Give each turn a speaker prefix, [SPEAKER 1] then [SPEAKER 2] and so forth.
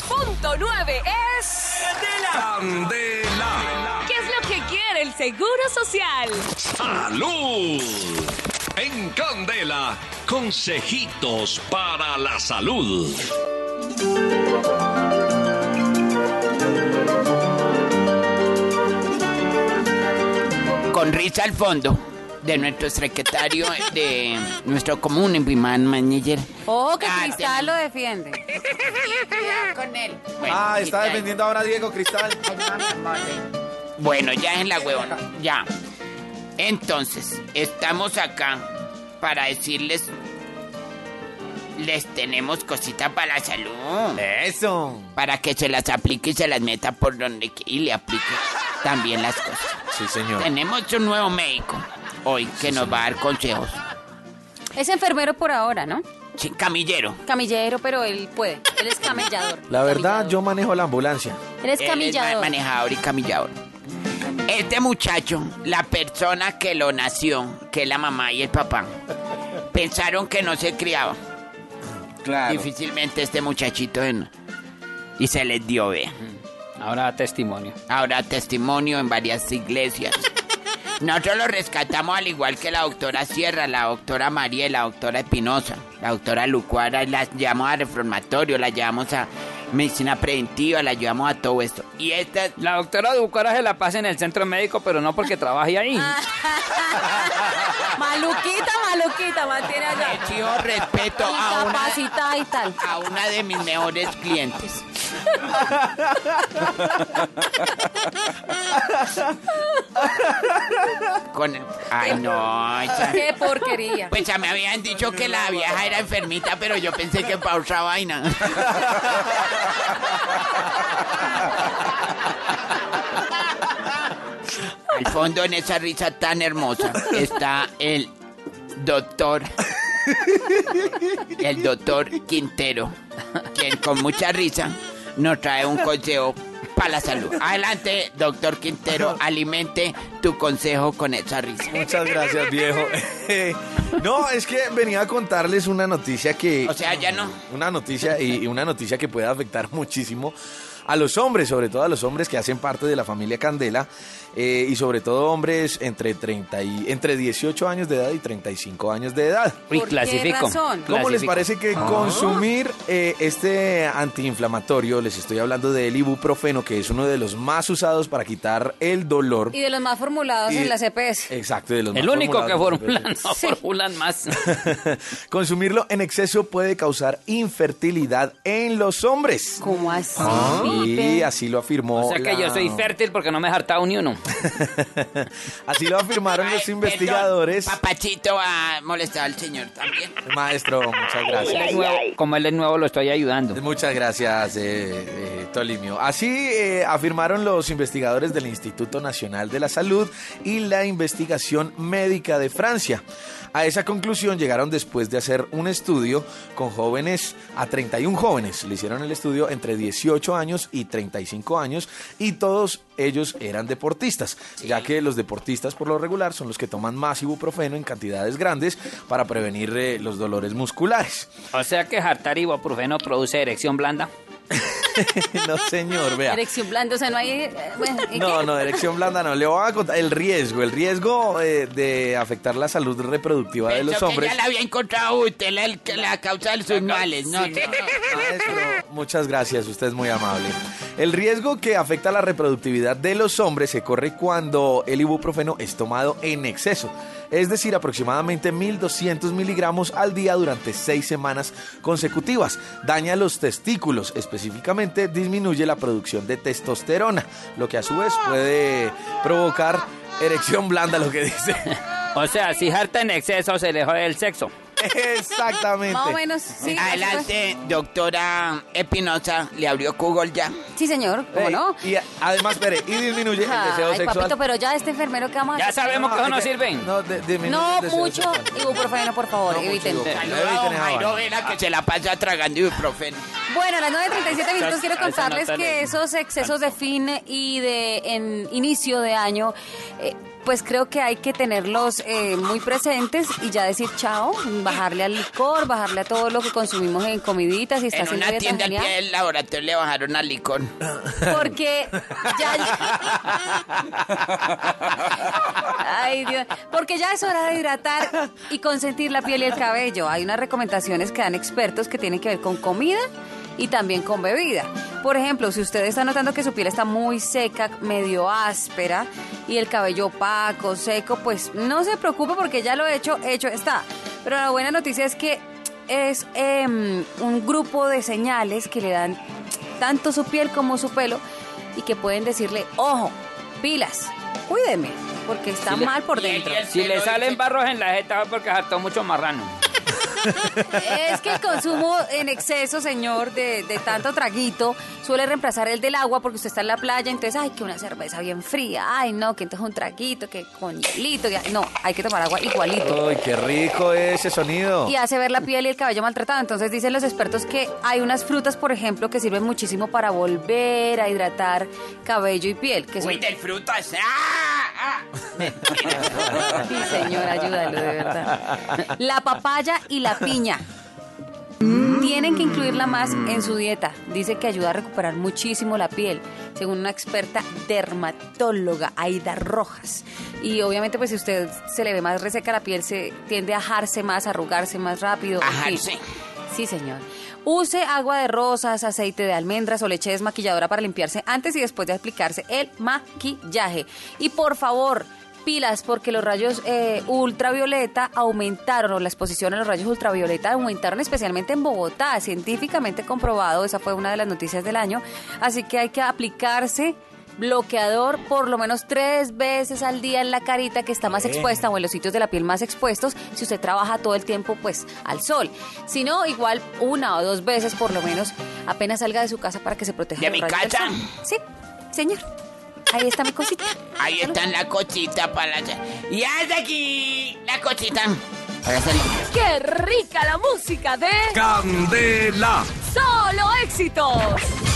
[SPEAKER 1] 101.9 es...
[SPEAKER 2] Candela.
[SPEAKER 1] ¿Qué es lo que quiere el Seguro Social?
[SPEAKER 2] Salud. En Candela, consejitos para la salud.
[SPEAKER 3] con risa al fondo de nuestro secretario de nuestro común Imán Manager.
[SPEAKER 4] Ojo Oh, que
[SPEAKER 3] Ah,
[SPEAKER 4] Cristal lo defiende.
[SPEAKER 3] Con él.
[SPEAKER 5] Ah, está defendiendo ahora a Diego Cristal.
[SPEAKER 3] Bueno, ya es la huevona. Ya. Entonces, estamos acá para decirles les tenemos cositas para la salud.
[SPEAKER 5] Eso.
[SPEAKER 3] Para que se las aplique y se las meta por donde que- y le aplique también las cosas.
[SPEAKER 5] Sí, señor.
[SPEAKER 3] Tenemos un nuevo médico hoy que nos va a dar consejos.
[SPEAKER 4] Es enfermero por ahora, ¿no?
[SPEAKER 3] Sí, camillero.
[SPEAKER 4] Camillero, pero él puede. Él es camellador.
[SPEAKER 5] La verdad,
[SPEAKER 4] Camellador.
[SPEAKER 5] yo manejo la ambulancia.
[SPEAKER 4] Él es
[SPEAKER 3] Él ma-
[SPEAKER 4] camillador.
[SPEAKER 3] manejador y camillador. Este muchacho, la persona que lo nació, que es la mamá y el papá, pensaron que no se criaba.
[SPEAKER 5] Claro.
[SPEAKER 3] Difícilmente este muchachito en- y se les dio vea.
[SPEAKER 6] Ahora testimonio.
[SPEAKER 3] Ahora testimonio en varias iglesias. Nosotros lo rescatamos al igual que la doctora Sierra, la doctora María y la doctora Espinosa, la doctora Lucuara, y las llevamos a reformatorio, la llevamos a medicina preventiva, la llevamos a todo esto. Y esta
[SPEAKER 6] La doctora Ducora se la pasa en el centro médico, pero no porque trabaje ahí.
[SPEAKER 4] Maluquita, maluquita, mantiene
[SPEAKER 3] Le
[SPEAKER 4] allá.
[SPEAKER 3] exijo respeto a una,
[SPEAKER 4] Incapacitada y tal.
[SPEAKER 3] a una de mis mejores clientes. Con el- Ay, no. esa-
[SPEAKER 4] Qué porquería.
[SPEAKER 3] Pues ya me habían dicho que la vieja era enfermita, pero yo pensé que para otra vaina. Al fondo, en esa risa tan hermosa, está el doctor. El doctor Quintero, quien con mucha risa nos trae un consejo para la salud. Adelante, doctor Quintero, alimente tu consejo con esa risa.
[SPEAKER 5] Muchas gracias, viejo. no, es que venía a contarles una noticia que.
[SPEAKER 3] O sea, ya no.
[SPEAKER 5] Una noticia y, y una noticia que puede afectar muchísimo a los hombres, sobre todo a los hombres que hacen parte de la familia Candela eh, y sobre todo hombres entre 30 y entre 18 años de edad y 35 años de edad.
[SPEAKER 6] Uy,
[SPEAKER 4] ¿Por qué
[SPEAKER 6] clasifico.
[SPEAKER 4] razón?
[SPEAKER 5] ¿Cómo les
[SPEAKER 6] Clasifico. Ah.
[SPEAKER 5] parece que consumir eh, este antiinflamatorio, les estoy hablando del ibuprofeno, que es uno de los más usados para quitar el dolor?
[SPEAKER 4] Y de los más formulados
[SPEAKER 5] Y- eh,
[SPEAKER 4] en las E EPS.
[SPEAKER 5] Exacto, de los
[SPEAKER 6] El
[SPEAKER 5] más
[SPEAKER 6] único que
[SPEAKER 5] formulados. E
[SPEAKER 6] formulan, no
[SPEAKER 4] Sí.
[SPEAKER 6] formulan más.
[SPEAKER 5] Consumirlo en exceso puede causar infertilidad en los hombres.
[SPEAKER 4] ¿Cómo así?
[SPEAKER 5] Ah, Y así lo afirmó.
[SPEAKER 6] ¿Ah? O sea que
[SPEAKER 5] la-
[SPEAKER 6] yo soy fértil porque no me he hartado ni uno.
[SPEAKER 5] Así lo afirmaron
[SPEAKER 3] Ay,
[SPEAKER 5] los
[SPEAKER 3] perdón,
[SPEAKER 5] investigadores.
[SPEAKER 3] papachito ha molestado al señor también.
[SPEAKER 5] Maestro, muchas gracias.
[SPEAKER 6] Es nuevo, como él es nuevo, lo estoy ayudando.
[SPEAKER 5] Muchas gracias, eh, eh, Tolimio. Así eh, afirmaron los investigadores del Instituto Nacional de la Salud y la Investigación Médica de Francia. A esa conclusión llegaron después de hacer un estudio con jóvenes, a 31 jóvenes. Le hicieron el estudio entre 18 años y 35 años y todos ellos eran deportistas, ya que los deportistas por lo regular son los que toman más ibuprofeno en cantidades grandes para prevenir eh, los dolores musculares.
[SPEAKER 6] O sea que hartar ibuprofeno produce erección blanda.
[SPEAKER 5] no, señor, vea.
[SPEAKER 4] Erección blanda, o sea, no hay... eh, bueno, ¿y
[SPEAKER 5] No,
[SPEAKER 4] qué?
[SPEAKER 5] no, erección blanda no. Le voy a contar el riesgo, el riesgo eh, de afectar la salud reproductiva de los
[SPEAKER 3] Pensó que
[SPEAKER 5] hombres.
[SPEAKER 3] ya la había encontrado usted, la, la causa de sus males. No, no, no.
[SPEAKER 5] Maestro, muchas gracias, usted es muy amable. El riesgo que afecta la reproductividad de los hombres se corre cuando el ibuprofeno es tomado en exceso, es decir, aproximadamente 1.200 miligramos al día durante seis semanas consecutivas. Daña los testículos, específicamente disminuye la producción de testosterona, lo que a su vez puede provocar erección blanda, lo que dice.
[SPEAKER 6] O sea, si harta en exceso, se le jode el sexo.
[SPEAKER 5] Exactamente.
[SPEAKER 4] Más o menos, sí.
[SPEAKER 3] Adelante, doctora Espinosa, le abrió Google ya.
[SPEAKER 4] Sí, señor, ¿cómo
[SPEAKER 5] Ey,
[SPEAKER 4] no?
[SPEAKER 5] Y a- además, espere, y disminuye el deseo
[SPEAKER 4] Ay,
[SPEAKER 5] sexual.
[SPEAKER 4] papito, pero ya este enfermero que vamos a
[SPEAKER 6] Ya
[SPEAKER 4] hacer?
[SPEAKER 6] sabemos que eso no sirve.
[SPEAKER 5] No, de- disminuye
[SPEAKER 4] No
[SPEAKER 5] el deseo
[SPEAKER 4] mucho
[SPEAKER 5] sexual.
[SPEAKER 4] ibuprofeno, por favor,
[SPEAKER 5] No mucho
[SPEAKER 4] eviten.
[SPEAKER 5] ibuprofeno.
[SPEAKER 3] Saluda a don Jairo Vera, que se la pasa tragando ibuprofeno.
[SPEAKER 4] Bueno, a las 9.37 minutos
[SPEAKER 6] Esas-
[SPEAKER 4] quiero
[SPEAKER 6] a esa
[SPEAKER 4] contarles
[SPEAKER 6] nota
[SPEAKER 4] que
[SPEAKER 6] le-
[SPEAKER 4] esos excesos de fin y de en inicio de año, eh, pues creo que hay que tenerlos eh, muy presentes y ya decir chao, bajarle al licor, bajarle a todo lo que consumimos en comiditas y está
[SPEAKER 3] En
[SPEAKER 4] haciendo
[SPEAKER 3] una
[SPEAKER 4] dieta
[SPEAKER 3] tienda al
[SPEAKER 4] genial,
[SPEAKER 3] pie del laboratorio le bajaron al licor.
[SPEAKER 4] Ah, Porque ya... Ay, Dios. Porque ya es hora de hidratar y consentir la piel y el cabello. Hay unas recomendaciones que dan expertos que tienen que ver con comida y también con bebida. Por ejemplo, si usted está notando que su piel está muy seca, medio áspera y el cabello opaco, seco, pues no se preocupe porque ya lo hecho, hecho está. Pero la buena noticia es que es em, un grupo de señales que le dan tanto su piel como su pelo y que pueden decirle, ojo, pilas, cuídeme, porque está
[SPEAKER 6] Si le-
[SPEAKER 4] mal por
[SPEAKER 3] Y el-
[SPEAKER 4] dentro.
[SPEAKER 3] y el
[SPEAKER 6] Si le
[SPEAKER 3] pelo
[SPEAKER 6] salen
[SPEAKER 3] dice-
[SPEAKER 6] barros en la jeta fue porque hartó mucho marrano.
[SPEAKER 4] Es que el consumo en exceso, señor, de, de tanto traguito suele reemplazar el del agua porque usted está en la playa, entonces, ay, que una cerveza bien fría, ay, no, que entonces un traguito, que con hielito, que- no, hay que tomar agua igualito.
[SPEAKER 5] Uy, qué rico ese sonido.
[SPEAKER 4] y hace ver la piel y el cabello maltratado. Entonces dicen los expertos que hay unas frutas, por ejemplo, que sirven muchísimo para volver a hidratar cabello y piel. Que son-
[SPEAKER 3] Uy, del fruto. es- ¡Ah! ¡Ah!
[SPEAKER 4] Sí, señor, ayúdalo, de verdad. La papaya y la piña.
[SPEAKER 3] Mm.
[SPEAKER 4] Tienen que incluirla más en su dieta. Dice que ayuda a recuperar muchísimo la piel, según una experta dermatóloga, Aida Rojas. Y obviamente, pues si usted se le ve más reseca la piel, se tiende a ajarse más, a arrugarse más rápido. en fin.
[SPEAKER 3] Ajarse.
[SPEAKER 4] Sí, señor. Use agua de rosas, aceite de almendras o leche desmaquilladora para limpiarse antes y después de aplicarse el maquillaje. Y por favor, pilas, porque los rayos eh, ultravioleta aumentaron, o la exposición a los rayos ultravioleta aumentaron especialmente en Bogotá, científicamente comprobado, esa fue una de las noticias del año. Así que hay que aplicarse bloqueador por lo menos tres veces al día en la carita que está más expuesta o en los sitios de la piel más expuestos si usted trabaja todo el tiempo pues al sol si no igual una o dos veces por lo menos apenas salga de su casa para que se proteja
[SPEAKER 3] ¿De
[SPEAKER 4] los
[SPEAKER 3] mi
[SPEAKER 4] rayos del
[SPEAKER 3] casa?
[SPEAKER 4] sol. sí señor ahí está mi cosita
[SPEAKER 3] Ahí está la cosita para la... Y hasta aquí la cosita. Ahora sale.
[SPEAKER 1] ¡Qué rica la música de
[SPEAKER 2] Candela.
[SPEAKER 1] Solo Éxitos!